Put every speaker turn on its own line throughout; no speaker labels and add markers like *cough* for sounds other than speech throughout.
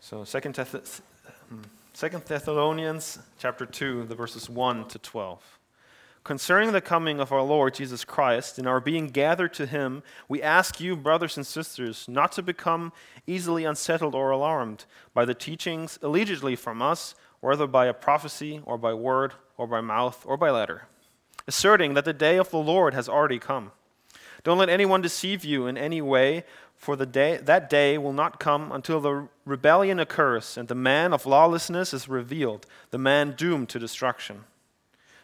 So 2 Thess- mm, 2 Thessalonians chapter 2, the verses 1 to 12. Concerning the coming of our Lord Jesus Christ and our being gathered to him, we ask you, brothers and sisters, not to become easily unsettled or alarmed by the teachings allegedly from us, whether by a prophecy or by word or by mouth or by letter, asserting that the day of the Lord has already come. Don't let anyone deceive you in any way, for the day, that day will not come until the rebellion occurs and the man of lawlessness is revealed, the man doomed to destruction.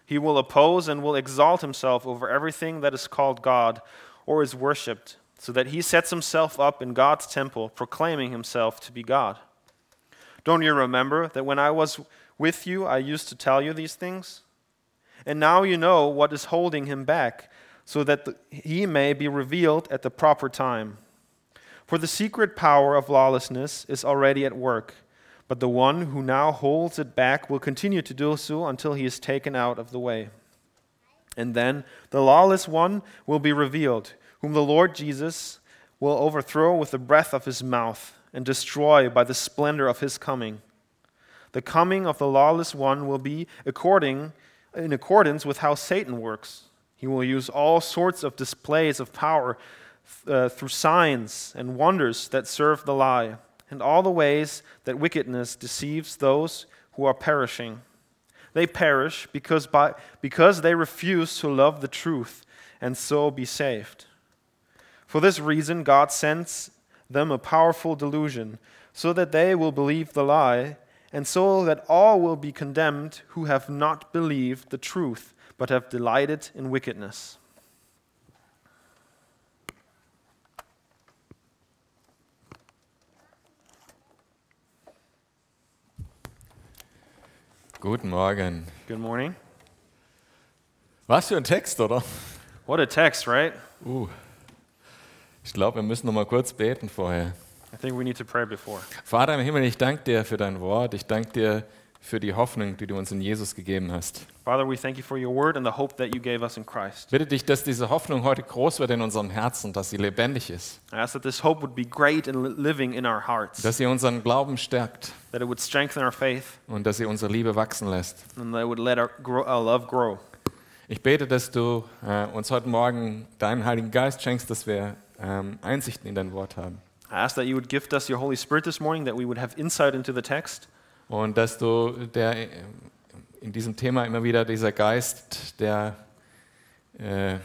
He will oppose and will exalt himself over everything that is called God or is worshipped, so that he sets himself up in God's temple, proclaiming himself to be God. Don't you remember that when I was with you, I used to tell you these things? And now you know what is holding him back, so that the, he may be revealed at the proper time. For the secret power of lawlessness is already at work, but the one who now holds it back will continue to do so until he is taken out of the way. And then the lawless one will be revealed, whom the Lord Jesus will overthrow with the breath of his mouth and destroy by the splendor of his coming. The coming of the lawless one will be according in accordance with how Satan works. He will use all sorts of displays of power uh, through signs and wonders that serve the lie, and all the ways that wickedness deceives those who are perishing. They perish because, by, because they refuse to love the truth and so be saved. For this reason, God sends them a powerful delusion, so that they will believe the lie, and so that all will be condemned who have not believed the truth, but have delighted in wickedness.
Guten Morgen.
Good morning.
Was für ein Text, oder?
What a text, right?
Uh, ich glaube, wir müssen noch mal kurz beten vorher.
I think we need to pray before.
Vater im Himmel, ich danke dir für dein Wort. Ich danke dir für die Hoffnung, die du uns in Jesus gegeben hast.
Father, we thank you for your word and the hope that you gave us in Christ.
Bitte dich, dass diese Hoffnung heute groß wird in unserem Herzen, dass sie lebendig ist,
I ask that this hope would be great and li- living in our hearts,
dass sie unseren Glauben stärkt
that it would strengthen our faith,
und dass sie unsere Liebe wachsen lässt.
and that it would let our, grow, our love grow.
Ich bete, dass du äh, uns heute Morgen deinen Heiligen Geist schenkst, dass wir ähm, Einsichten in dein Wort haben
I ask that you would gift us your Holy Spirit this morning, that we would have insight into the text,
und dass du der, äh, in diesem Thema immer wieder dieser Geist der, äh,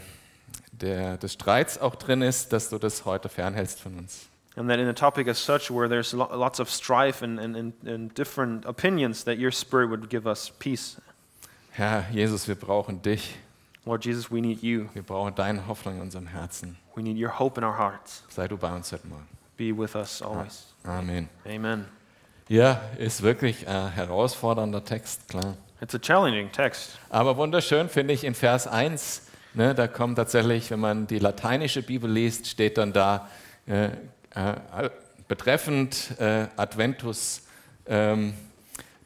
der, des Streits auch drin ist, dass du das heute fernhältst von uns.
and that in a topic as such where there's lo- lots of strife and, and, and, and different opinions, that your Spirit would give us peace.
Herr Jesus, wir brauchen dich.
Lord Jesus, we need you.
Wir brauchen deine Hoffnung in unserem Herzen.
We need your hope in our hearts.
Sei du bei uns heute Morgen.
Be with us always.
Amen.
Amen.
Ja, ist wirklich ein herausfordernder Text, klar.
It's a challenging text.
Aber wunderschön finde ich in Vers 1, ne, da kommt tatsächlich, wenn man die lateinische Bibel liest, steht dann da äh, äh, all- betreffend äh, Adventus ähm,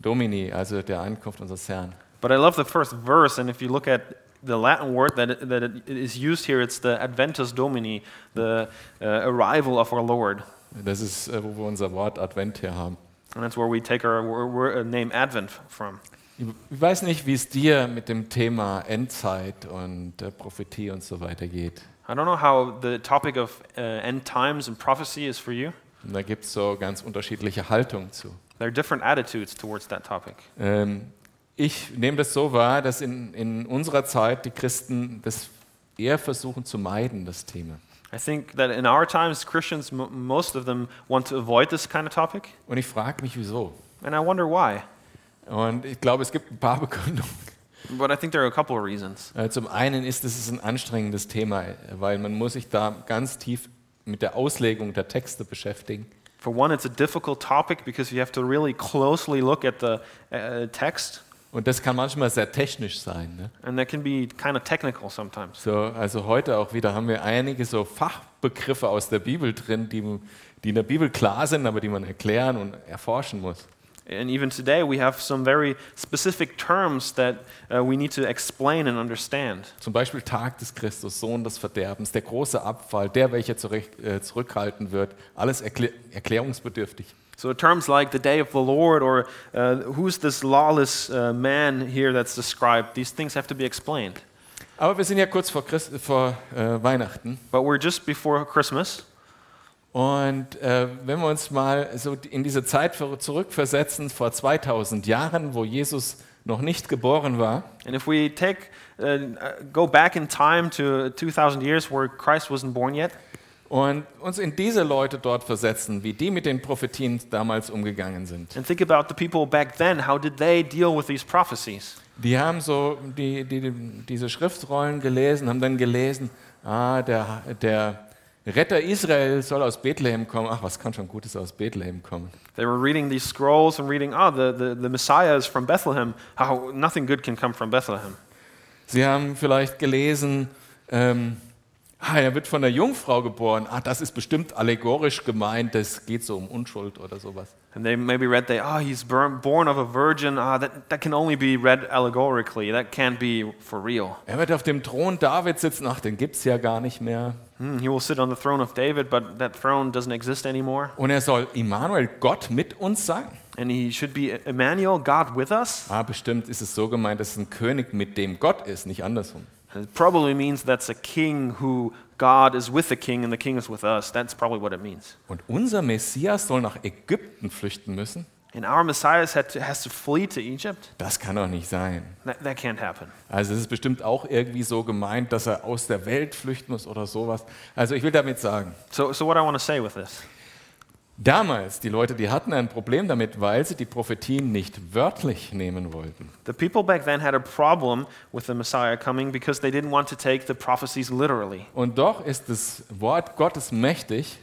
Domini, also der Ankunft unseres Herrn.
But I love the first verse, and if you look at the Latin word that, it, that it is used here, it's the Adventus Domini, the uh, arrival of our Lord.
Das ist, äh, wo wir unser Wort Advent her haben.
And that's where we take our wor- wor- uh, name Advent from.
Ich ich weiß nicht, wie es dir mit dem Thema Endzeit und äh, Prophetie und so weiter geht.
I don't know how the topic of uh, end times and prophecy is for you.
Und da gibt es so ganz unterschiedliche Haltungen zu.
There are different attitudes towards that topic.
Ähm, ich nehme das so wahr, dass in, in unserer Zeit die Christen das eher versuchen zu meiden, das Thema.
I think that in our times, Christians, m- most of them want to avoid this kind of topic,
Und ich frage mich, wieso.
and I wonder why.
Und ich glaube, es gibt ein paar *laughs* Begründungen.
But I think there are a couple of reasons.
Äh, Zum einen ist es ein anstrengendes Thema, weil man muss sich da ganz tief mit der Auslegung der Texte beschäftigen.
For one, it's a difficult topic because you have to really closely look at the uh, text
Und das kann manchmal sehr technisch sein. Ne?
And that can be kind of technical sometimes.
So, also heute auch wieder haben wir einige so Fachbegriffe aus der Bibel drin, die, die in der Bibel klar sind, aber die man erklären und erforschen muss.
And even today, we have some very specific terms that uh, we need to explain and understand.
Zum Beispiel Tag des Christus, Sohn des Verderbens, der große Abfall, der welcher zurecht, äh, zurückhalten wird, alles erklä- erklärungsbedürftig.
So, terms like the day of the Lord or uh, who's this lawless uh, man here that's described, these things have to be explained.
Aber wir sind ja kurz vor, Christ vor äh, Weihnachten.
But we're just before Christmas.
Und äh, wenn wir uns mal so in diese Zeit ver- zurückversetzen, vor 2000 Jahren, wo Jesus noch nicht geboren war,
And if we take, uh, uh, go back in time to 2,000 years where Christ wasn't born yet,
und uns in diese Leute dort versetzen, wie die mit den Prophetien damals umgegangen sind.
and think about the people back then, how did they deal with these prophecies?
Die haben so die, die, diese Schriftrollen gelesen, haben dann gelesen, ah, der, der Retter Israel soll aus Bethlehem kommen. Ach, was kann schon Gutes aus Bethlehem kommen?
They were reading these scrolls and reading, ah, the, the, the Messiah is from Bethlehem. How nothing good can come from Bethlehem.
Sie haben vielleicht gelesen, ähm, ah, er wird von der Jungfrau geboren. Ah, das ist bestimmt allegorisch gemeint, das geht so um Unschuld oder sowas.
And they maybe read, they, ah, he's born born of a virgin. Ah, that, that can only be read allegorically. That can't be for real.
Er wird auf dem Thron David sitzen. Ach, den gibt's ja gar nicht mehr.
Hmm, he will sit on the throne of David, but that throne doesn't exist anymore.
Und er soll Immanuel Gott mit uns sein.
And he should be E-, Emmanuel, God with us.
Ah, bestimmt ist es so gemeint, dass es ein König mit dem Gott ist, nicht andersrum.
It probably means that's a king who God is with the king and the king is with us. That's probably what it means.
Und unser Messias soll nach Ägypten flüchten müssen?
And our Messiah had to, has to flee to Egypt.
Das kann doch nicht sein.
That, that can't happen.
Also es ist bestimmt auch irgendwie so gemeint, dass er aus der Welt flüchten muss oder sowas. Also ich will damit sagen,
So, so what I want to say with this
damals die Leute, die hatten ein Problem damit, weil sie die Prophetien nicht wörtlich nehmen wollten.
the people back then had a problem with the Messiah coming because they didn't want to take the prophecies literally.
Und doch ist das Wort Gottes mächtig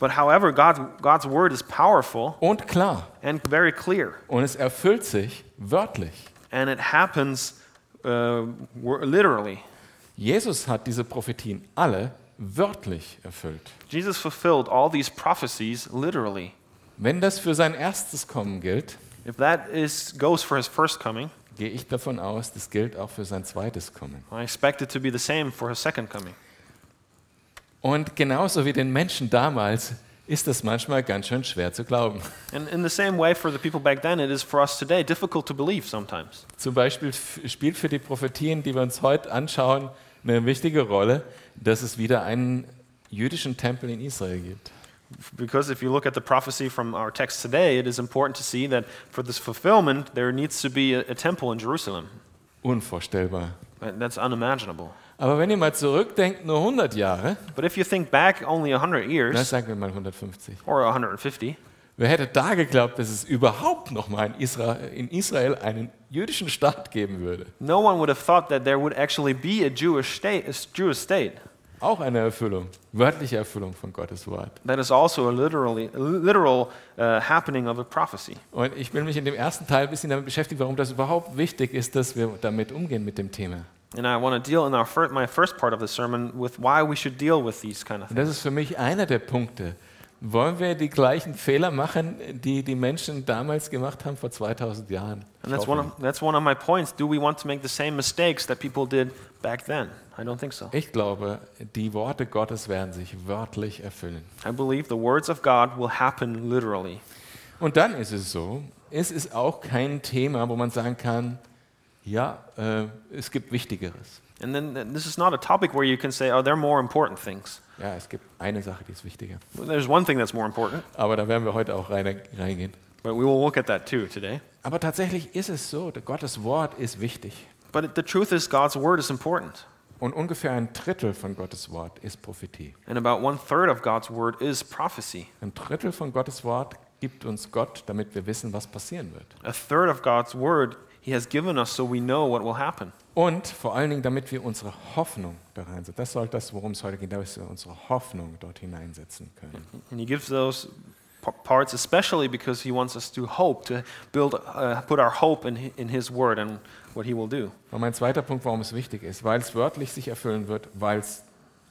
But however, God, God's word is powerful
und klar
and very clear,
und es erfüllt sich wörtlich.
and it happens uh, wor- literally.
Jesus hat diese Prophetien alle wörtlich erfüllt.
Jesus fulfilled all these prophecies literally.
Wenn das für sein erstes Kommen gilt,
If that is, goes for his first coming,
gehe ich davon aus, das gilt auch für sein zweites Kommen.
I expect it to be the same for his second coming.
Und genauso wie den Menschen damals ist das manchmal ganz schön schwer zu glauben.
And in the same way, for the people back then, it is for us today difficult to believe sometimes.
Zum Beispiel f- spielt für die Prophetien, die wir uns heute anschauen, eine wichtige Rolle, dass es wieder einen jüdischen Tempel in Israel gibt.
Because if you look at the prophecy from our text today, it is important to see that for this fulfillment, there needs to be a, a temple in Jerusalem.
Unvorstellbar.
And That's unimaginable.
Aber wenn ihr mal zurückdenkt, nur 100 Jahre,
But if you think back only 100
na,
years,
sagen wir mal 150,
or 150,
wer hätte da geglaubt, dass es überhaupt noch mal in Israel, in Israel einen jüdischen Staat geben würde?
no one would have thought that there would actually be a Jewish state. A Jewish state.
Auch eine Erfüllung, wörtliche Erfüllung von Gottes Wort.
That is also a literally, literal uh, happening of a prophecy.
Und ich will mich in dem ersten Teil ein bisschen damit beschäftigen, warum das überhaupt wichtig ist, dass wir damit umgehen mit dem Thema.
And I want to deal in our fir- my first part of the sermon with why we should deal with these kind of
Und
things.
das ist für mich einer der Punkte. Wollen wir die gleichen Fehler machen, die die Menschen damals gemacht haben vor 2000 Jahren?
And that's one, of, that's one of my points. Do we want to make the same mistakes that people did back then? I don't think so.
Ich glaube, die Worte Gottes werden sich wörtlich erfüllen.
I believe the words of God will happen literally.
Und dann ist es so, es ist auch kein Thema, wo man sagen kann, ja, äh, es gibt Wichtigeres.
And then th- this is not a topic where you can say, oh, there are more important things.
Ja, es gibt eine Sache, die ist wichtiger.
Well, There's one thing that's more important,
Aber da werden wir heute auch rein, reingehen.
but we will look at that too today.
Aber tatsächlich ist es so, Gottes Wort ist wichtig.
But it- the truth is, God's word is important.
Und ungefähr ein Drittel von Gottes Wort ist Prophetie.
And about one third of God's word is prophecy.
Ein Drittel von Gottes Wort gibt uns Gott, damit wir wissen, was passieren wird.
A third of God's word He has given us so we know what will happen.
Und vor allen Dingen, damit wir unsere Hoffnung da reinsetzen. Das soll das, worum es heute geht, dass wir unsere Hoffnung dort hineinsetzen können.
And he gives those p- parts especially because he wants us to hope, to build, uh, put our hope in, hi- in his word and what he will do.
Und mein zweiter Punkt, warum es wichtig ist, weil es wörtlich sich erfüllen wird, weil es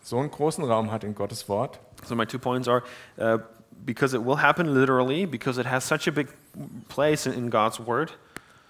so einen großen Raum hat in Gottes Wort
So my two points are uh, because it will happen literally, because it has such a big place in, in God's word.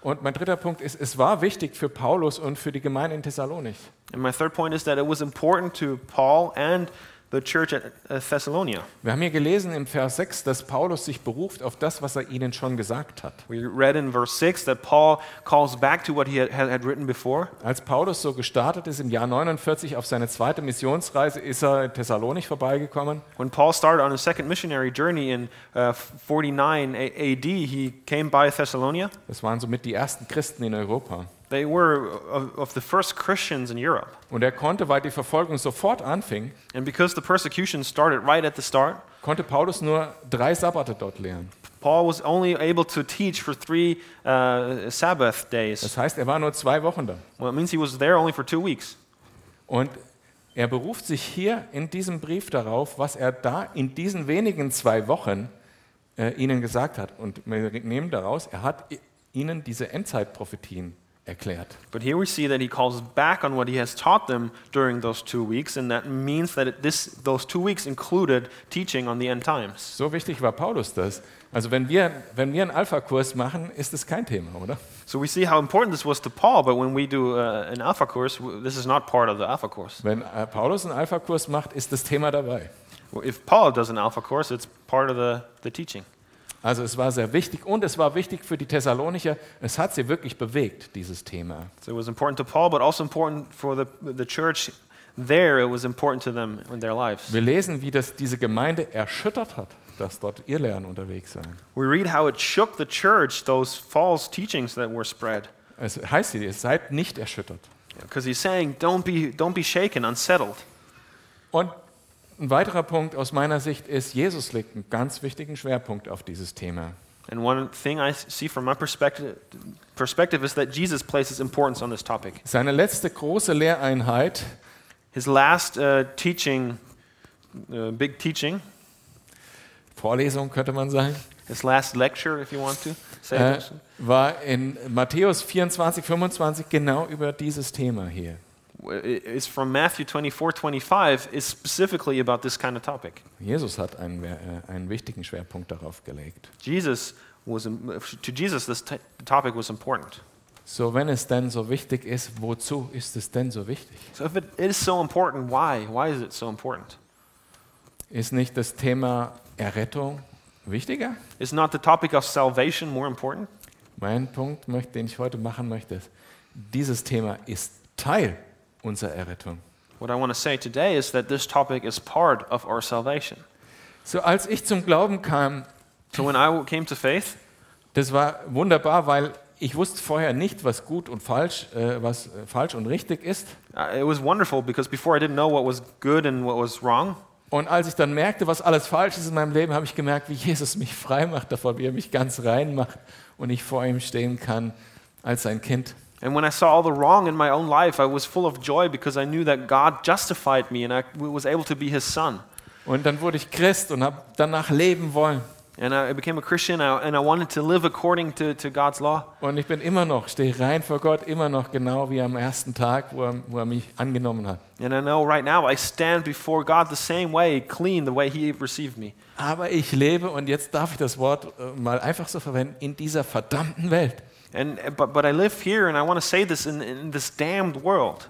Und mein dritter Punkt ist, es war wichtig für Paulus und für die Gemeinde in Thessalonich.
And my third point is that it was important to Paul and the church at at Thessalonia.
Wir haben hier gelesen im Vers 6, dass Paulus sich beruft auf das, was er ihnen schon gesagt hat.
We read in verse 6 that Paul calls back to what he had, had had written before.
Als Paulus so gestartet ist im Jahr 49 auf seine zweite Missionsreise, ist er in Thessalonik vorbeigekommen
When Paul started on his second missionary journey in uh, 49 A- AD, he came by Thessalonia.
Das waren somit die ersten Christen in Europa.
They were of, of the first Christians in Europe.
Und er konnte, weil die Verfolgung sofort anfing,
And because the persecution started right at the start,
konnte Paulus nur drei Sabbate dort lehren.
Paul was only able to teach for three uh, Sabbath days.
Das heißt, er war nur zwei Wochen da.
Well, it means he was there only for two weeks.
Und er beruft sich hier in diesem Brief darauf, was er da in diesen wenigen zwei Wochen äh, ihnen gesagt hat. Und wir nehmen daraus, er hat i- ihnen diese Endzeitprophetien erklärt.
But here we see that he calls back on what he has taught them during those two weeks, and that means that it, this, those two weeks included teaching on the end times.
So wichtig war Paulus das. Also wenn wir, wenn wir einen Alpha-Kurs machen, ist es kein Thema, oder?
So we see how important this was to Paul, but when we do uh, an Alpha course, w- this is not part of the Alpha course.
Wenn äh, Paulus einen Alpha-Kurs macht, ist das Thema dabei.
Well, If Paul does an Alpha course, it's part of the, the teaching.
Also es war sehr wichtig und es war wichtig für die Thessalonicher. Es hat sie wirklich bewegt, dieses Thema.
So it was important to Paul, but also important for the, the church there. It was important to them in their lives.
Wir lesen, wie das diese Gemeinde erschüttert hat, dass dort Irrlehren unterwegs seien.
We read how it shook the church, those false teachings that were spread.
Es heißt hier, ihr seid nicht erschüttert.
Because he's saying, don't be, don't be shaken, unsettled.
Und ein weiterer Punkt aus meiner Sicht ist, Jesus legt einen ganz wichtigen Schwerpunkt auf dieses Thema.
And one thing I see from my perspective, perspective is that Jesus places importance on this topic.
Seine letzte große Lehreinheit
His last uh, teaching, uh, big teaching,
Vorlesung könnte man sagen,
his last lecture, if you want to say
äh,
this,
war in Matthäus 24, 25 genau über dieses Thema hier.
is from Matthew 24 25, is specifically about this kind of topic.
Jesus hat einen, äh, einen wichtigen Schwerpunkt darauf gelegt.
Jesus was, to Jesus, this t- topic was important.
So, wenn es denn so wichtig ist, wozu ist es denn so wichtig?
So if it is so important, why? Why is it so important?
Ist nicht das Thema Errettung wichtiger?
Is not the topic of salvation more important?
Mein Punkt, möcht- den ich heute machen möchte, ist, dieses Thema ist Teil unserer Errettung.
What I want to say today is that this topic is part of our salvation.
So, als ich zum Glauben kam,
So when I came to faith,
das war wunderbar, weil ich wusste vorher nicht, was gut und falsch, äh, was äh, falsch und richtig ist.
uh, it was wonderful because before I didn't know what was good and what was wrong.
Und als ich dann merkte, was alles falsch ist in meinem Leben, habe ich gemerkt, wie Jesus mich frei macht davon, wie er mich ganz rein macht und ich vor ihm stehen kann als sein Kind.
And when I saw all the wrong in my own life, I was full of joy because I knew that God justified me and I was able to be his son.
Und dann wurde ich Christ und habe danach leben wollen.
And I became a Christian I- and I wanted to live according to, to God's law.
Und ich bin immer noch, stehe rein vor Gott, immer noch genau wie am ersten Tag, wo er, wo er mich angenommen hat.
And I know right now I stand before God the same way, clean, the way he received me.
Aber ich lebe, und jetzt darf ich das Wort äh, mal einfach so verwenden, in dieser verdammten Welt.
And, but, but I live here and I want to say this in, in this damned world.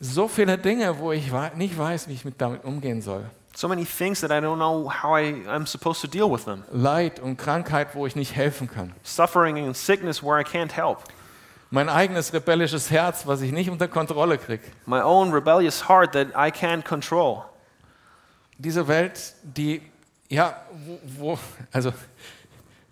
So viele Dinge, wo ich wei- nicht weiß, wie ich mit damit umgehen soll.
So many things that I don't know how I, I'm supposed to deal with them.
Leid und Krankheit, wo ich nicht helfen kann.
Suffering and sickness where I can't help.
Mein eigenes rebellisches Herz, was ich nicht unter Kontrolle kriege.
My own rebellious heart that I can't control.
Diese Welt, die, ja, wo, wo also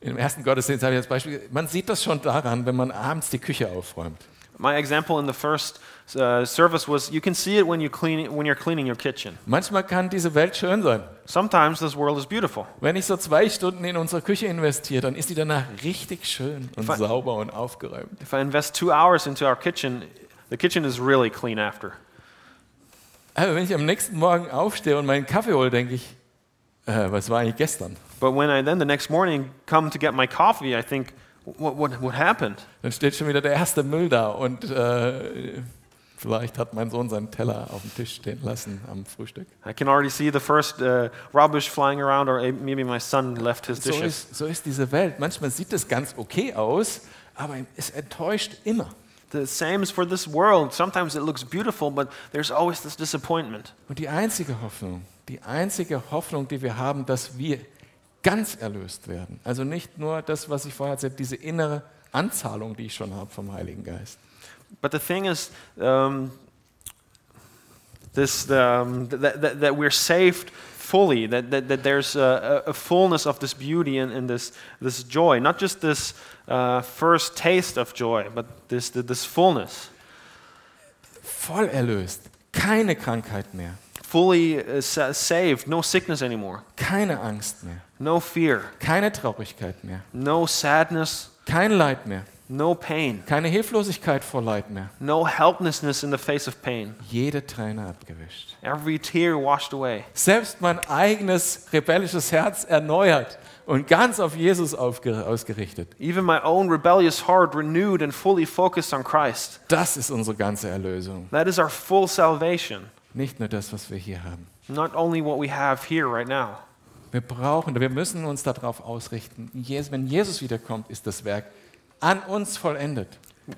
im ersten Gottesdienst habe ich das Beispiel, man sieht das schon daran, wenn man abends die Küche aufräumt.
My example in the first uh, service was you can see it when, you clean, when you're cleaning your kitchen.
Manchmal kann diese Welt schön sein.
Sometimes this world is beautiful.
Wenn ich so zwei Stunden in unsere Küche investiere, dann ist die danach richtig schön und
Fa-
sauber und aufgeräumt.
If I invest two hours into our kitchen, the kitchen is really clean after.
Aber wenn ich am nächsten Morgen aufstehe und meinen Kaffee hole, denke ich, äh, was war eigentlich gestern?
But when I then the next morning come to get my coffee, I think, what, what, what happened?
Dann steht schon wieder der erste Müll da und äh, vielleicht hat mein Sohn seinen Teller auf dem Tisch stehen lassen am Frühstück.
I can already see the first uh, rubbish flying around, or eh, maybe my son left his
So
dishes.
ist, so ist diese Welt. Manchmal sieht es ganz okay aus, aber es enttäuscht immer.
The same is for this world. Sometimes it looks beautiful, but there's always this disappointment.
Und die einzige Hoffnung, die einzige Hoffnung, die wir haben, dass wir ganz erlöst werden. Also nicht nur das, was ich vorher erzählt, habe, diese innere Anzahlung, die ich schon habe vom Heiligen Geist.
But the thing is, um, this um, that, that, that we're saved fully. That that, that there's a, a a fullness of this beauty and, and this this joy, not just this uh, first taste of joy, but this this fullness,
Voll erlöst, keine Krankheit mehr,
fully uh, sa- saved. No sickness anymore.
keine Angst mehr,
No fear.
keine Traurigkeit mehr,
No sadness.
kein Leid mehr,
No pain.
keine Hilflosigkeit vor Leid mehr.
No helplessness in the face of pain.
Jede Träne abgewischt.
Every tear washed away.
Selbst mein eigenes rebellisches Herz erneuert und ganz auf Jesus aufge- ausgerichtet.
Even my own rebellious heart renewed and fully focused on Christ.
Das ist unsere ganze Erlösung.
That is our full salvation,
Nicht nur das, was wir hier haben.
not only what we have here right now.
Wir brauchen, wir müssen uns darauf ausrichten. Jesus, wenn Jesus wiederkommt, ist das Werk an uns vollendet.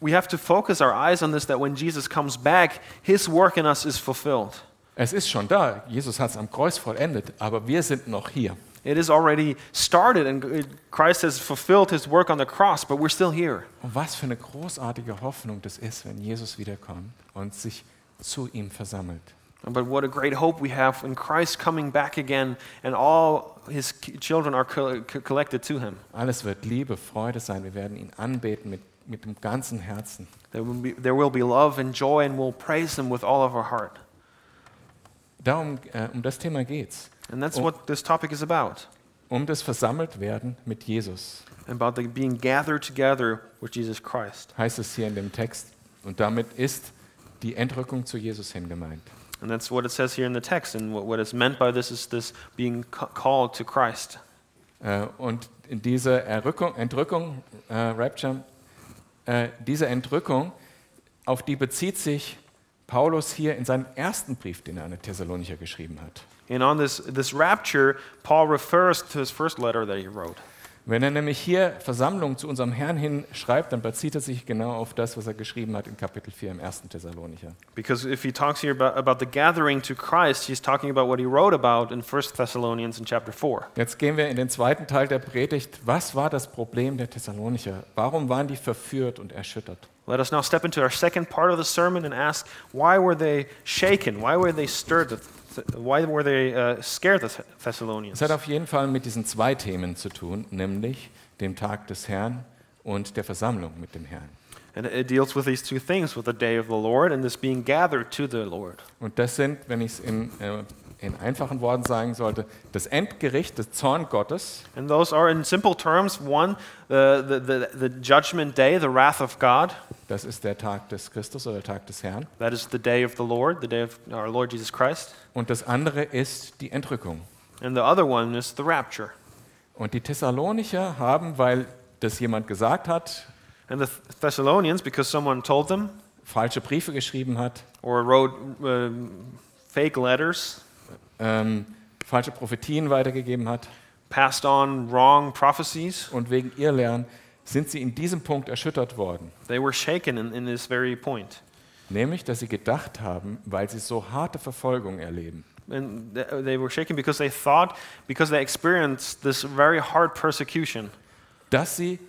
We have to focus our eyes on this that when Jesus comes back, his work in us is fulfilled.
Es ist schon da. Jesus hat es am Kreuz vollendet, aber wir sind noch hier.
It is already started, and uh, Christ has fulfilled his work on the cross, but we're still here.
Und was für eine großartige Hoffnung das ist, wenn Jesus wiederkommt und sich zu ihm versammelt.
But what a great hope we have in Christ coming back again, and all his ki- children are co- co- collected to him.
Alles wird Liebe, Freude sein. Wir werden ihn anbeten mit, mit dem ganzen Herzen.
There will, be, there will be love and joy, and we'll praise Him with all of our heart.
Darum, äh, um das Thema geht's.
And that's
Oh.
what this topic is about
Um das Versammeltwerden mit Jesus,
about the being gathered together with Jesus Christ.
heißt es hier in dem Text. Und damit ist die Entrückung zu Jesus hin gemeint.
And that's what it says here in the text. And what, what is meant by this is this being ca- called to Christ.
Äh, und in diese Errückung, Entrückung, äh, Rapture, äh, diese Entrückung, auf die bezieht sich Paulus hier in seinem ersten Brief, den er an die Thessalonicher geschrieben hat.
And on this, this rapture, Paul refers to his first letter that he wrote.
Wenn er nämlich hier Versammlung zu unserem Herrn hin schreibt, dann bezieht er sich genau auf das, was er geschrieben hat in Kapitel 4 im ersten Thessalonicher.
Because if he talks here about, about the gathering to Christ, he's talking about what he wrote about in 1 Thessalonians in chapter 4.
Jetzt gehen wir in den zweiten Teil der Predigt. Was war das Problem der Thessalonicher? Warum waren die verführt und erschüttert?
Let us now step into our second part of the sermon and ask why were they shaken? Why were they stirred? The- Why were they uh, scared, the Th- Thessalonians?
Es hat auf jeden Fall mit diesen zwei Themen zu tun, nämlich dem Tag des Herrn und der Versammlung mit dem Herrn.
And it deals with these two things with the day of the Lord and this being gathered to the Lord.
Und das sind, wenn ich es in, äh, in einfachen Worten sagen sollte, das Endgericht, des Zorn Gottes
And those are, in simple terms, one, the, the, the, the judgment day, the wrath of God.
Das ist der Tag des Christus oder Tag des Herrn.
That is the day of the Lord, the day of our Lord Jesus Christ.
Und das andere ist die Entrückung.
And the other one is the rapture.
Und die Thessalonicher haben, weil das jemand gesagt hat,
And the Th- Thessalonians, because someone told them
falsche Briefe geschrieben hat,
or wrote um, fake letters,
ähm, falsche Prophetien weitergegeben hat
passed on wrong prophecies.
und wegen Irrlehren, sind sie in diesem Punkt erschüttert worden.
They were shaken in, in this very point.
Nämlich, dass sie gedacht haben, weil sie so harte Verfolgung erleben,
And th- they were shaken because they thought, because they experienced this very hard persecution,
dass sie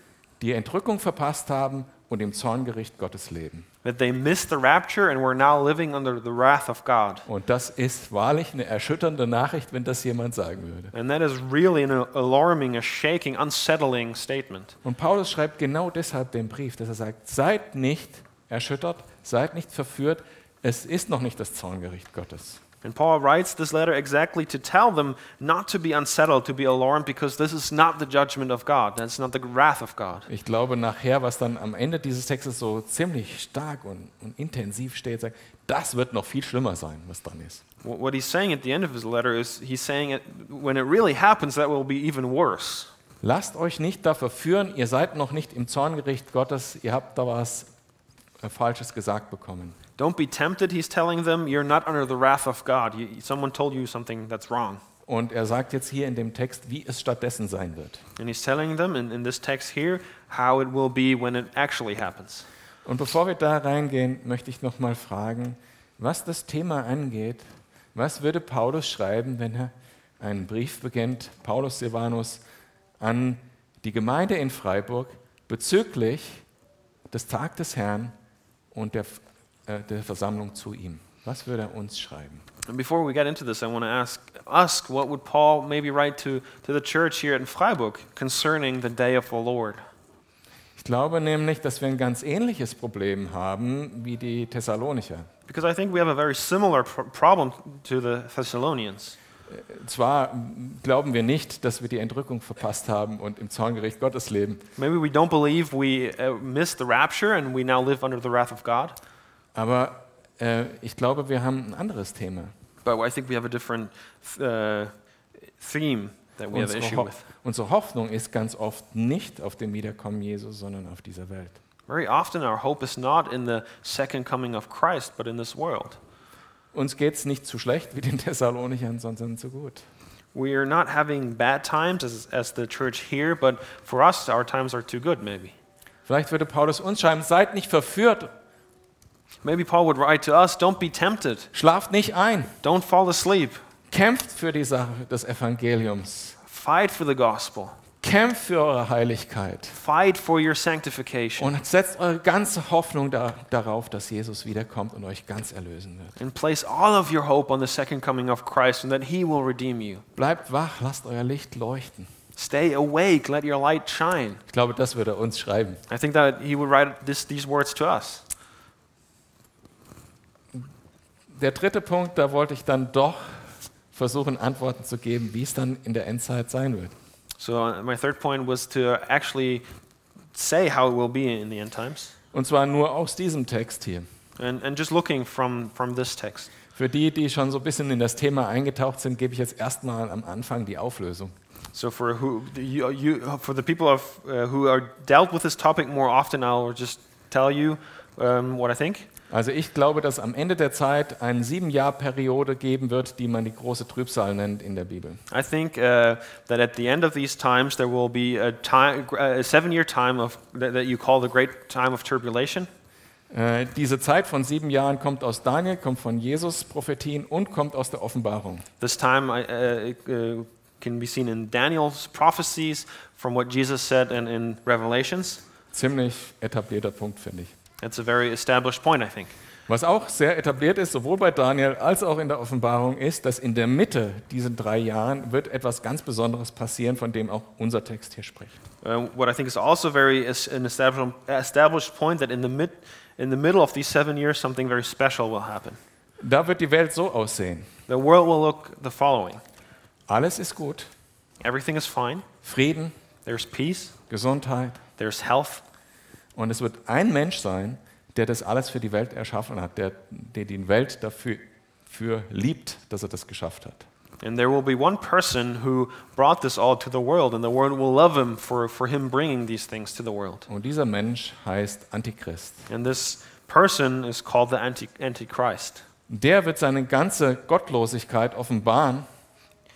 die Entrückung verpasst haben und im Zorngericht Gottes leben.
that they missed the rapture and were now living under the wrath of God.
Und das ist wahrlich eine erschütternde Nachricht, wenn das jemand sagen würde.
And that is really an alarming, a shaking, unsettling statement.
Und Paulus schreibt genau deshalb den Brief, dass er sagt, seid nicht erschüttert, seid nicht verführt, es ist noch nicht das Zorngericht Gottes.
And Paul writes this letter exactly to tell them not to be unsettled, to be alarmed, because this is not the judgment of God. That's not the wrath of God.
Ich glaube nachher, was dann am Ende dieses Textes so ziemlich stark und, und intensiv steht, sagt, das wird noch viel schlimmer sein, was dann ist.
Wh- What he's saying at the end of his letter is he's saying it, when it really happens, that will be even worse.
Lasst euch nicht da verführen, ihr seid noch nicht im Zorngericht Gottes, ihr habt da was äh, Falsches gesagt bekommen.
Don't be tempted, he's telling them. You're not under the wrath of God. You, someone told you something that's wrong.
Und er sagt jetzt hier in dem Text, wie es stattdessen sein wird.
And he's telling them in, in this text here how it will be when it actually happens.
Und bevor wir da reingehen, möchte ich nochmal fragen, was das Thema angeht, was würde Paulus schreiben, wenn er einen Brief beginnt, Paulus Silvanus, an die Gemeinde in Freiburg bezüglich des Tag des Herrn und der, äh, der Versammlung zu ihm? Was würde er uns schreiben?
And before we get into this, I want to ask, ask what would Paul maybe write to, to the church here in Freiburg concerning the day of the Lord?
Ich glaube nämlich, dass wir ein ganz ähnliches Problem haben wie die Thessalonicher.
Because I think we have a very similar pr- problem to the Thessalonians.
Zwar glauben wir nicht, dass wir die Entrückung verpasst haben und im Zorngericht Gottes leben,
Maybe we don't believe we uh, missed the rapture and we now live under the wrath of God,
aber äh, ich glaube, wir haben ein anderes Thema.
but I think we have a different uh, theme that we have an
Unsere,
issue
Ho
with.
unsere Hoffnung ist ganz oft nicht auf dem Wiederkommen Jesu, sondern auf dieser Welt.
Very often, our hope is not in the second coming of Christ, but in this world.
Uns geht es nicht zu schlecht wie den Thessalonichern, sondern zu gut.
We are not having bad times as, as the church here, but for us, our times are too good, maybe.
Vielleicht würde Paulus uns schreiben, seid nicht verführt,
Maybe Paul would write to us don't be tempted,
schlaft nicht ein,
don't fall asleep,
kämpft für die Sache des Evangeliums,
fight for the gospel,
kämpft für eure Heiligkeit.
fight for your sanctification.
Und setzt eure ganze Hoffnung da, darauf, dass Jesus wiederkommt und euch ganz erlösen wird.
And place all of your hope on the second coming of Christ and that he will redeem you.
Bleibt wach, lasst euer Licht leuchten.
Stay awake, let your light shine.
Ich glaube, das würde er uns schreiben.
I think that he would write this, these words to us.
Der dritte Punkt, da wollte ich dann doch versuchen, Antworten zu geben, wie es dann in der Endzeit sein wird.
So, uh, my third point was to actually say how it will be in the end times.
Und zwar nur aus diesem Text hier.
And, and just looking from, from this text.
Für die, die schon so ein bisschen in das Thema eingetaucht sind, gebe ich jetzt erstmal am Anfang die Auflösung.
So, for, who, the- you, you, for the people of, uh, who are dealt with this topic more often, I'll just tell you um, what I think.
Also ich glaube, dass am Ende der Zeit eine Siebenjahrperiode geben wird, die man die große Trübsal nennt in der Bibel.
I think uh, that at the end of these times, there will be a, time, a seven year time of, that, that you call the great time of tribulation.
Äh, diese Zeit von sieben Jahren kommt aus Daniel, kommt von Jesus Prophetien und kommt aus der Offenbarung.
This time I, uh, it, uh, can be seen in Daniel's prophecies, from what Jesus said, and in Revelations.
Ziemlich etablierter Punkt, finde ich.
It's a very established point, I think.
Was auch sehr etabliert ist, sowohl bei Daniel als auch in der Offenbarung, ist, dass in der Mitte diesen drei Jahren wird etwas ganz Besonderes passieren, von dem auch unser Text hier spricht.
Uh, what I think is also very is an established, established point that in the, mid, in the middle of these seven years, something very special will happen.
Da wird die Welt so aussehen.
The world will look the following
Alles ist gut.
everything is fine,
Frieden,
there's peace,
Gesundheit.
there's health.
Und es wird ein Mensch sein, der das alles für die Welt erschaffen hat, der, der die Welt dafür für liebt, dass er das geschafft hat.
And there will be one person who brought this all to the world, and the world will love him for, for him bringing these things to the world.
Und dieser Mensch heißt Antichrist.
And this person is called the anti- Antichrist.
Der wird seine ganze Gottlosigkeit offenbaren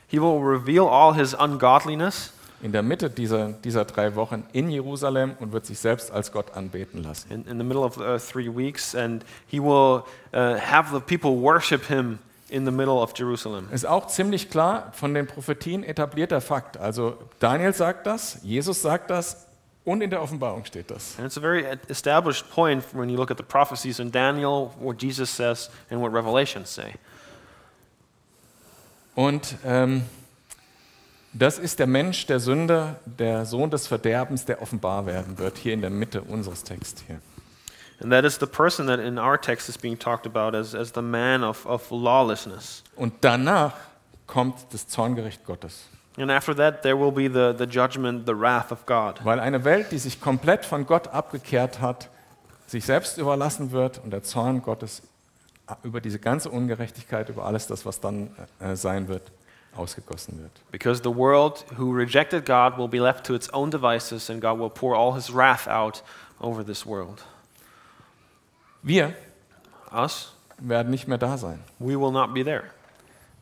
He will reveal all his ungodliness
in der Mitte dieser, dieser drei Wochen in Jerusalem und wird sich selbst als Gott anbeten lassen.
in, in the middle of uh, three weeks, and he will uh, have the people worship him in the middle of Jerusalem.
Ist auch ziemlich klar von den Prophetien etablierter Fakt. Also Daniel sagt das, Jesus sagt das und in der Offenbarung steht das.
And it's a very e, established point when you look at the prophecies in Daniel, what Jesus says, and what Revelations say.
Und ähm, das ist der Mensch, der Sünder, der Sohn des Verderbens, der offenbar werden wird, hier in der Mitte unseres Textes hier.
And that is the person that in our text is being talked about as, as the man of, of lawlessness.
Und danach kommt das Zorngericht Gottes.
And after that, there will be the, the judgment, the wrath of God.
Weil eine Welt, die sich komplett von Gott abgekehrt hat, sich selbst überlassen wird und der Zorn Gottes über diese ganze Ungerechtigkeit, über alles das, was dann äh, sein wird, ausgegossen wird.
Because the world who rejected God will be left to its own devices, and God will pour all his wrath out over this world.
Wir
Us,
werden nicht mehr da sein,
we will not be there.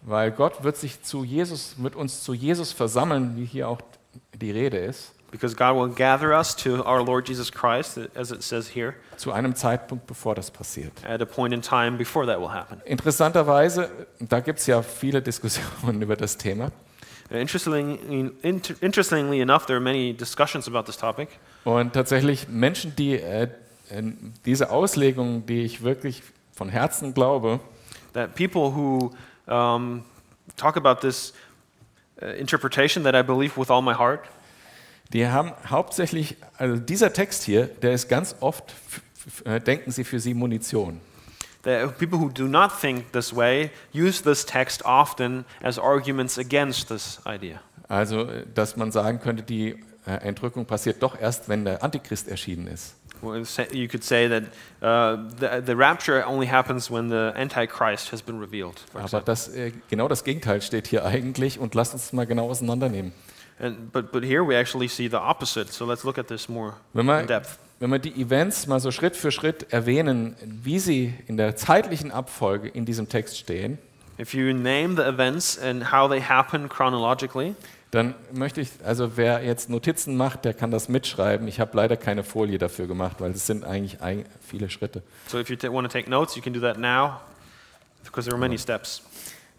weil Gott wird sich zu Jesus, wird uns zu Jesus versammeln, wie hier auch die Rede ist.
because God will gather us to our Lord Jesus Christ, as it says here,
zu einem Zeitpunkt, bevor das passiert.
at a point in time before that will happen.
Interessanterweise, da gibt es ja viele Diskussionen *laughs* über das Thema.
Uh, Interestingly, inter- interestingly enough, there are many discussions about this topic.
Und tatsächlich Menschen, die äh, äh, diese Auslegung, die ich wirklich von Herzen glaube,
That people who um, talk about this uh, interpretation that I believe with all my heart,
die haben hauptsächlich, also dieser Text hier, der ist ganz oft, f- f- äh, denken sie für sie Munition.
that people who do not think this way use this text often as arguments against this idea.
Also, äh, dass man sagen könnte, die äh, Entrückung passiert doch erst, wenn der Antichrist erschienen ist.
Well, sa- You could say that uh, the, the rapture only happens when the Antichrist has been revealed. for
Aber
example.
das, äh, genau das Gegenteil steht hier eigentlich und lasst uns mal genau auseinandernehmen.
And, but, but here we actually see the opposite. So let's look at this more
Wenn wir,
in depth.
wenn wir die Events mal so Schritt für Schritt erwähnen, wie sie in der zeitlichen Abfolge in diesem Text stehen,
If you name the events and how they happen chronologically,
dann möchte ich, also wer jetzt Notizen macht, der kann das mitschreiben. Ich habe leider keine Folie dafür gemacht, weil es sind eigentlich ein, viele Schritte.
so if you t- want to take notes, you can do that now because there are many steps.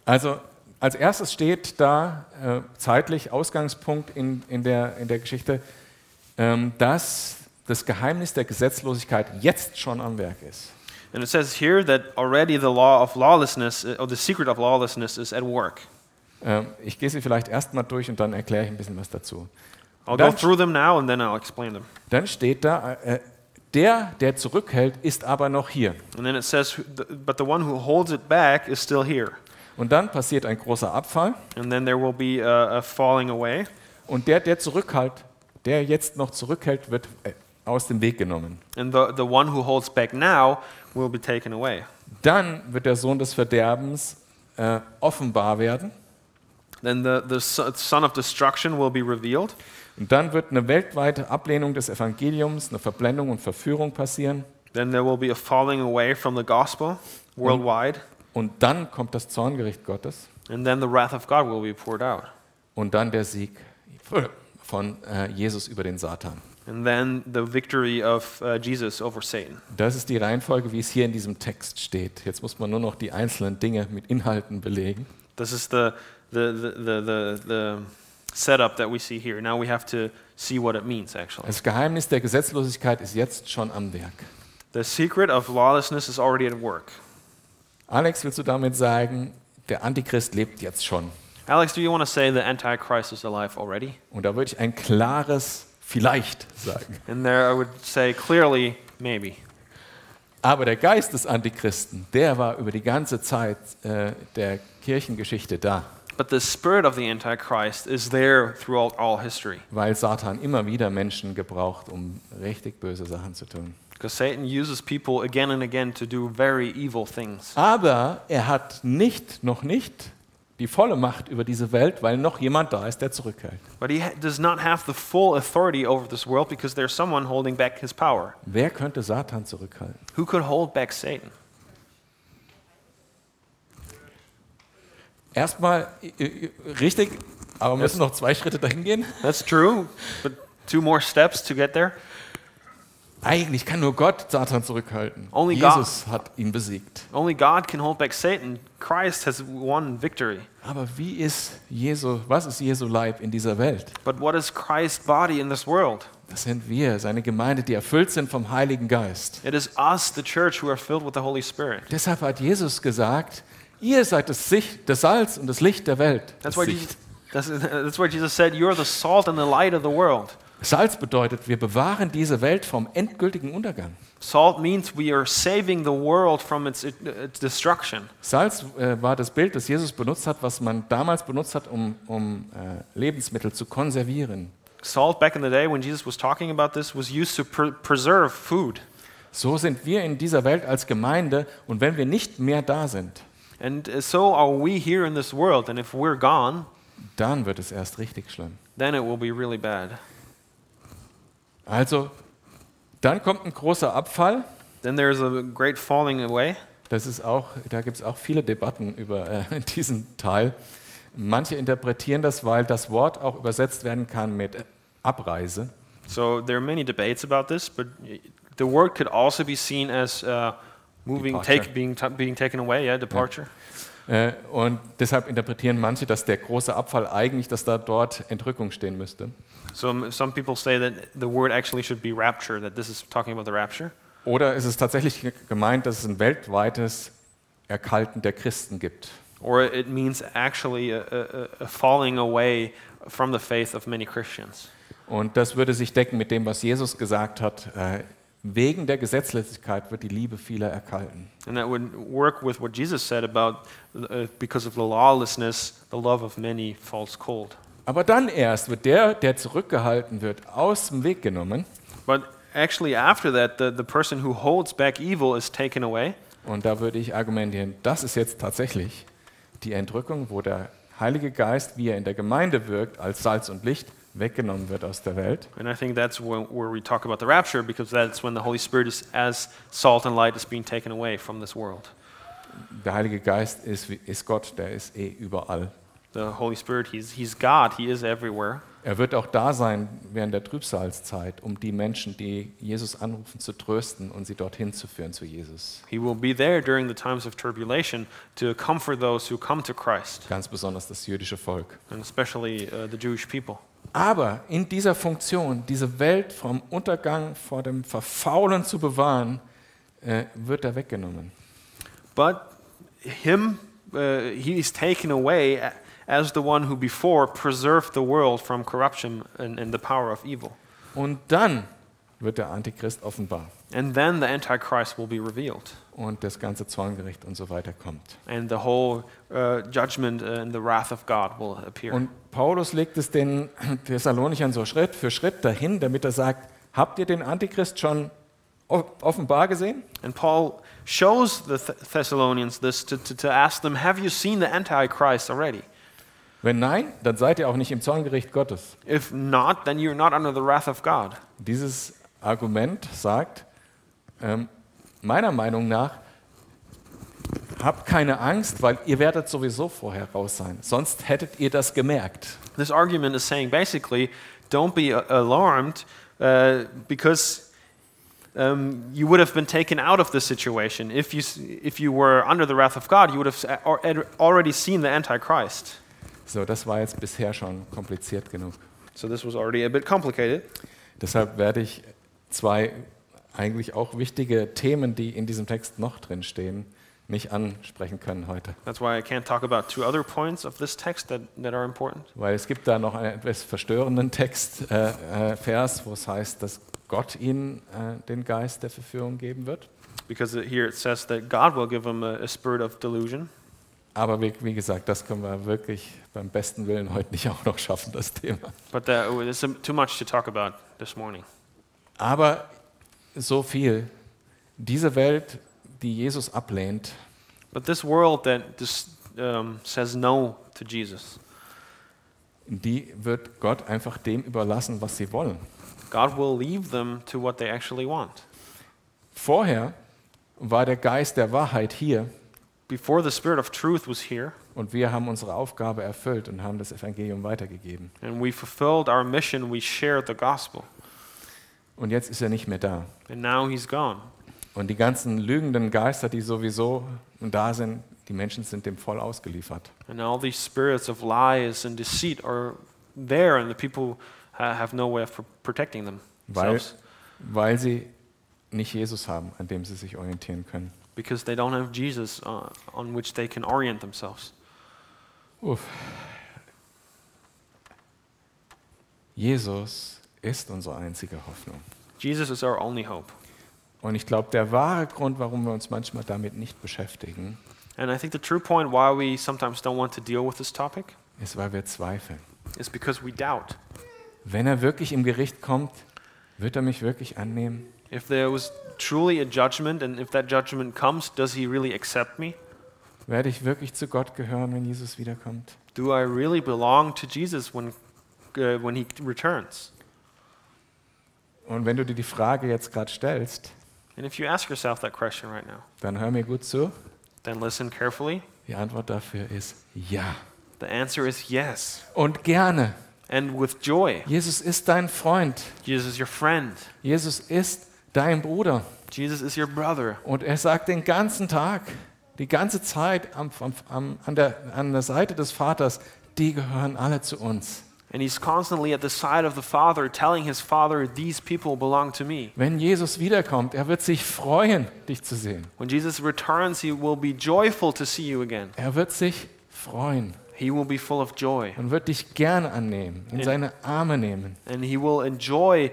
Also als erstes steht da äh, zeitlich Ausgangspunkt in, in, der, in der Geschichte, ähm, dass das Geheimnis der Gesetzlosigkeit jetzt schon am Werk ist.
And it says here that already the law of lawlessness, uh, or the secret of lawlessness, is at work.
Ähm, ich gehe sie vielleicht erstmal durch und dann erkläre ich ein bisschen was dazu.
I'll go
That's-
through them now and then I'll explain them.
Dann steht da, äh, der, der zurückhält, ist aber noch hier.
And then it says, who- th- but the one who holds it back is still here.
Und dann passiert ein großer Abfall.
And then there will be a, a falling away.
Und der, der zurückhält, der jetzt noch zurückhält, wird äh, aus dem Weg genommen.
And the, the one who holds back now will be taken away.
Dann wird der Sohn des Verderbens äh, offenbar werden.
Then the, the so- son of destruction will be revealed.
Und dann wird eine weltweite Ablehnung des Evangeliums, eine Verblendung und Verführung passieren.
Then there will be a falling away from the gospel worldwide.
Und dann kommt das Zorngericht Gottes.
And then the wrath of God will be poured out.
Und dann der Sieg von äh, Jesus über den Satan.
And then the victory of uh, Jesus over Satan.
Das ist die Reihenfolge, wie es hier in diesem Text steht. Jetzt muss man nur noch die einzelnen Dinge mit Inhalten belegen.
This is the, the, the, the, the, the setup that we see here. Now we have to see what it means, actually.
Das Geheimnis der Gesetzlosigkeit ist jetzt schon am Werk.
The secret of lawlessness is already at work.
Alex, willst du damit sagen, der Antichrist lebt jetzt schon?
Alex, do you want to say the Antichrist is alive already?
Und da würde ich ein klares Vielleicht sagen.
And there I would say clearly, maybe.
Aber der Geist des Antichristen, der war über die ganze Zeit äh, der Kirchengeschichte da,
But the spirit of the Antichrist is there throughout all history.
weil Satan immer wieder Menschen gebraucht, um richtig böse Sachen zu tun.
Because Satan uses people again and again to do very evil things.
Aber er hat nicht, noch nicht die volle Macht über diese Welt, weil noch jemand da ist, der zurückhält.
But he ha- does not have the full authority over this world because there's someone holding back his power.
Wer könnte Satan zurückhalten?
Who could hold back Satan?
Erstmal äh, äh, richtig, aber müssen noch zwei Schritte dahin gehen.
That's true, but two more steps to get there.
Eigentlich kann nur Gott Satan zurückhalten.
Only God.
Jesus hat ihn besiegt.
Only God can hold back Satan. Christ has won victory.
Aber wie ist Jesu, was ist Jesu Leib in dieser Welt?
But what is Christ's body in this world?
Das sind wir, seine Gemeinde, die erfüllt sind vom Heiligen Geist.
It is us, the church, who are filled with the Holy Spirit.
Deshalb hat Jesus gesagt, ihr seid das, Sicht, das Salz und das Licht der Welt.
That's
Das
why,
Licht.
Jesus, that's, *laughs* that's why Jesus said, You're the salt and the light of the world.
Salz bedeutet, wir bewahren diese Welt vom endgültigen Untergang.
Salt means we are saving the world from its, its destruction.
Salz äh, war das Bild, das Jesus benutzt hat, was man damals benutzt hat, um, um äh, Lebensmittel zu konservieren.
Salt, back in the day when Jesus was talking about this, was used to pre- preserve food.
So sind wir in dieser Welt als Gemeinde und wenn wir nicht mehr da sind,
And uh, so are we here in this world. And if we're gone,
dann wird es erst richtig schlimm.
then it will be really bad.
Also, dann kommt ein großer Abfall.
Then there's a great falling away.
Das ist auch, da gibt es auch viele Debatten über äh, *laughs* diesen Teil. Manche interpretieren das, weil das Wort auch übersetzt werden kann mit Abreise.
So there are many debates about this, but the word could also be seen as uh, moving,
Departure.
take, being, ta- being taken away, yeah, departure.
Äh, Und deshalb interpretieren manche, dass der große Abfall eigentlich, dass da dort Entrückung stehen müsste.
So m- some people say that the word actually should be rapture, that this is talking about the rapture.
Oder ist es tatsächlich ge- gemeint, dass es ein weltweites Erkalten der Christen gibt?
Or it means actually a, a, a falling away from the faith of many Christians.
Und das würde sich decken mit dem, was Jesus gesagt hat. äh, Wegen der Gesetzlosigkeit wird die Liebe vieler erkalten.
And that would work with what Jesus said about uh, because of the lawlessness, the love of many falls cold.
Aber dann erst wird der, der zurückgehalten wird, aus dem Weg genommen.
But actually, after that, the, the person who holds back evil is taken away.
Und da würde ich argumentieren, das ist jetzt tatsächlich die Entrückung, wo der Heilige Geist, wie er in der Gemeinde wirkt, als Salz und Licht weggenommen wird aus der Welt.
And I think that's where, where we talk about the rapture because that's when the Holy Spirit is as salt and light is being taken away from this world.
Der Heilige Geist ist, wie- ist Gott, der ist eh überall.
The Holy Spirit, he's, he's God, He is everywhere.
Er wird auch da sein während der Trübsalzeit, um die Menschen, die Jesus anrufen, zu trösten und sie dorthin zu führen zu Jesus.
He will be there during the times of tribulation to comfort those who come to Christ,
Ganz besonders das jüdische Volk.
and especially uh, the Jewish people.
Aber in dieser Funktion, diese Welt vom Untergang, vor dem Verfaulen zu bewahren, äh, wird er weggenommen.
But him, uh, he is taken away a- as the one who before preserved the world from corruption and, and the power of evil.
Und dann wird der Antichrist offenbar
And then the Antichrist will be revealed,
und das ganze Zorngericht und so weiter kommt.
and the whole uh, judgment and the wrath of God will appear.
Und Paulus legt es den Thessalonichern so Schritt für Schritt dahin, damit er sagt, habt ihr den Antichrist schon o- offenbar gesehen?
and Paul shows the Th- Thessalonians this to, to, to ask them, Have you seen the Antichrist already?
Wenn nein, dann seid ihr auch nicht im Zorngericht Gottes.
If not, then you're not under the wrath of God.
Dieses Argument sagt, ähm, meiner Meinung nach, habt keine Angst, weil ihr werdet sowieso vorher raus sein. Sonst hättet ihr das gemerkt.
This argument is saying basically, don't be a- alarmed uh, because um, you would have been taken out of this situation. If you, s- if you were under the wrath of God, you would have s- al- al- already seen the Antichrist.
So, das war jetzt bisher schon kompliziert genug.
So this was already a bit complicated.
Deshalb werde ich zwei eigentlich auch wichtige Themen, die in diesem Text noch drin stehen, nicht ansprechen können heute.
That's why I can't talk about two other points of this text that, that are important.
Weil es gibt da noch einen etwas verstörenden Text, äh, äh, Vers, wo es heißt, dass Gott ihnen äh, den Geist der Verführung geben wird.
Because it- here it says that God will give them a, a spirit of delusion.
Aber wie, wie gesagt, das können wir wirklich beim besten Willen heute nicht auch noch schaffen, das Thema.
But that, it's um, too much to talk about this morning.
Aber so viel. Diese Welt, die Jesus ablehnt,
But this world that just um, says no to Jesus,
die wird Gott einfach dem überlassen, was sie wollen.
God will leave them to what they actually want.
Vorher war der Geist der Wahrheit hier
Before the Spirit of truth was here,
und wir haben unsere Aufgabe erfüllt und haben das Evangelium weitergegeben.
and we fulfilled our mission, we shared the gospel.
Und jetzt ist er nicht mehr da.
And now he's gone.
Und die ganzen lügenden Geister, die sowieso da sind, die Menschen sind dem voll ausgeliefert.
And all these spirits of lies and deceit are there, and the people ha- have no way of pr- protecting them
Weil-
themselves
Weil sie nicht Jesus haben, an dem sie sich orientieren können.
because they don't have Jesus uh, on which they can orient themselves.
Jesus ist unsere einzige Hoffnung.
Jesus is our only hope.
Und ich glaube, der wahre Grund, warum wir uns manchmal damit nicht beschäftigen,
And I think the true point why we sometimes don't want to deal with this topic
ist, weil wir zweifeln.
is because we doubt.
Wenn er wirklich im Gericht kommt, wird er mich wirklich annehmen?
If there was truly a judgment, and if that judgment comes, does he really accept me?
Werde ich wirklich zu Gott gehören, wenn Jesus wiederkommt?
Do I really belong to Jesus when, uh, when he returns?
Und wenn du dir die Frage jetzt gerade stellst,
And if you ask yourself that question right now,
dann hör mir gut zu.
then listen carefully.
Die Antwort dafür ist ja.
The answer is yes,
Und gerne.
and with joy.
Jesus ist dein Freund.
Jesus is your friend.
Jesus ist dein Bruder.
Jesus is your brother.
Und er sagt den ganzen Tag, die ganze Zeit am, am, am, an, der, an der Seite des Vaters, die gehören alle zu uns.
And he's constantly at the side of the Father telling his Father, These people belong to me.
Wenn Jesus wiederkommt, er wird sich freuen, dich zu sehen.
When Jesus returns, he will be joyful to see you again.
Er wird sich freuen
He will be full of joy.
und wird dich gern annehmen, in
Ja.
seine Arme nehmen.
And he will enjoy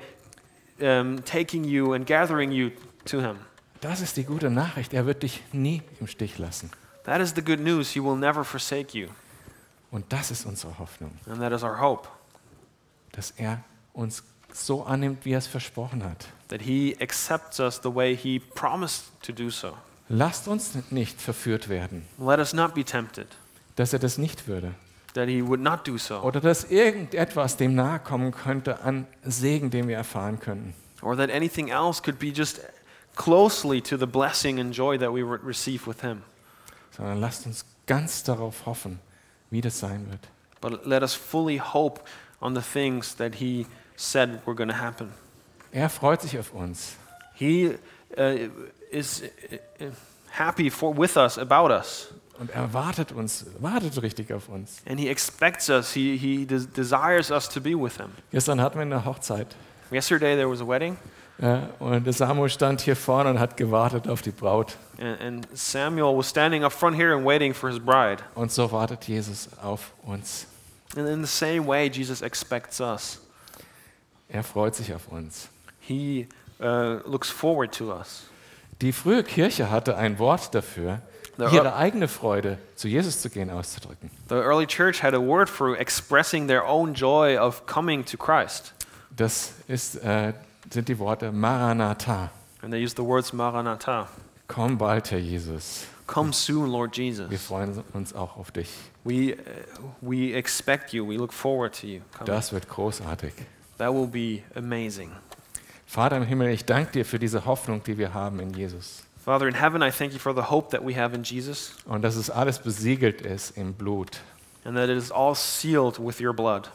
um, taking you and gathering you to him.
Das ist die gute Nachricht. Er wird dich nie im Stich lassen.
That is the good news. He will never forsake you.
Und das ist unsere Hoffnung,
And that is our hope
dass er uns so annimmt, wie er es versprochen hat.
that he accepts us the way he promised to do so.
Lasst uns nicht verführt werden,
Let us not be tempted
dass er das nicht würde.
that he would not do so,
Oder dass irgendetwas dem nahe kommen könnte an Segen, den wir erfahren könnten.
or that anything else could be just closely to the blessing and joy that we would receive with him.
Sondern lasst uns ganz darauf hoffen, wie das sein wird.
But let us fully hope on the things that he said were going to happen.
Er freut sich auf uns.
He uh, is uh, uh, happy for, with us, about us,
Und er wartet uns, wartet richtig auf uns.
and he expects us, he, he des- desires us to be with him.
Gestern hatten wir eine Hochzeit.
Yesterday there was a wedding,
Ja, und der Samuel stand hier vorne und hat gewartet auf die Braut.
and, and Samuel was standing up front here and waiting for his bride.
Und so wartet Jesus auf uns.
And in the same way, Jesus expects us.
Er freut sich auf uns.
He uh, looks forward to us.
Die frühe Kirche hatte ein Wort dafür,
Na,
ihre eigene Freude zu Jesus zu gehen auszudrücken.
The early church had a word for expressing their own joy of coming to Christ,
Das ist, äh, sind die Worte Maranatha.
and they used the words Maranatha.
Komm bald, Herr Jesus.
Come soon, Lord
Wir
Jesus.
freuen uns auch auf dich.
We, uh, we expect you. We look forward to you. coming.
Das wird großartig.
That will be amazing.
Vater im Himmel, ich danke dir für diese Hoffnung, die wir haben in Jesus.
Father in heaven, I thank you for the hope that we have in Jesus
Und dass es alles besiegelt ist im Blut.
and that it is all sealed with your blood,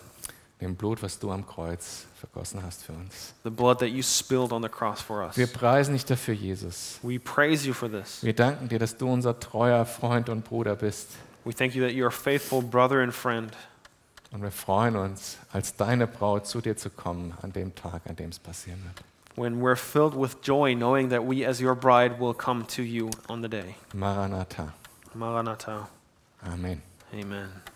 Dem Blut, was du am Kreuz vergossen hast für uns.
the blood that you spilled on the cross for us.
Wir preisen dich dafür, Jesus.
We praise you for this.
Wir danken dir, dass du unser treuer Freund und Bruder bist.
We thank you that you're a faithful brother and friend,
Und wir freuen uns, als deine Braut zu dir zu kommen, an dem Tag, an dem es passieren wird.
when we're filled with joy knowing that we, as your bride, will come to you on the day.
Maranatha.
Maranatha.
Amen.
Amen.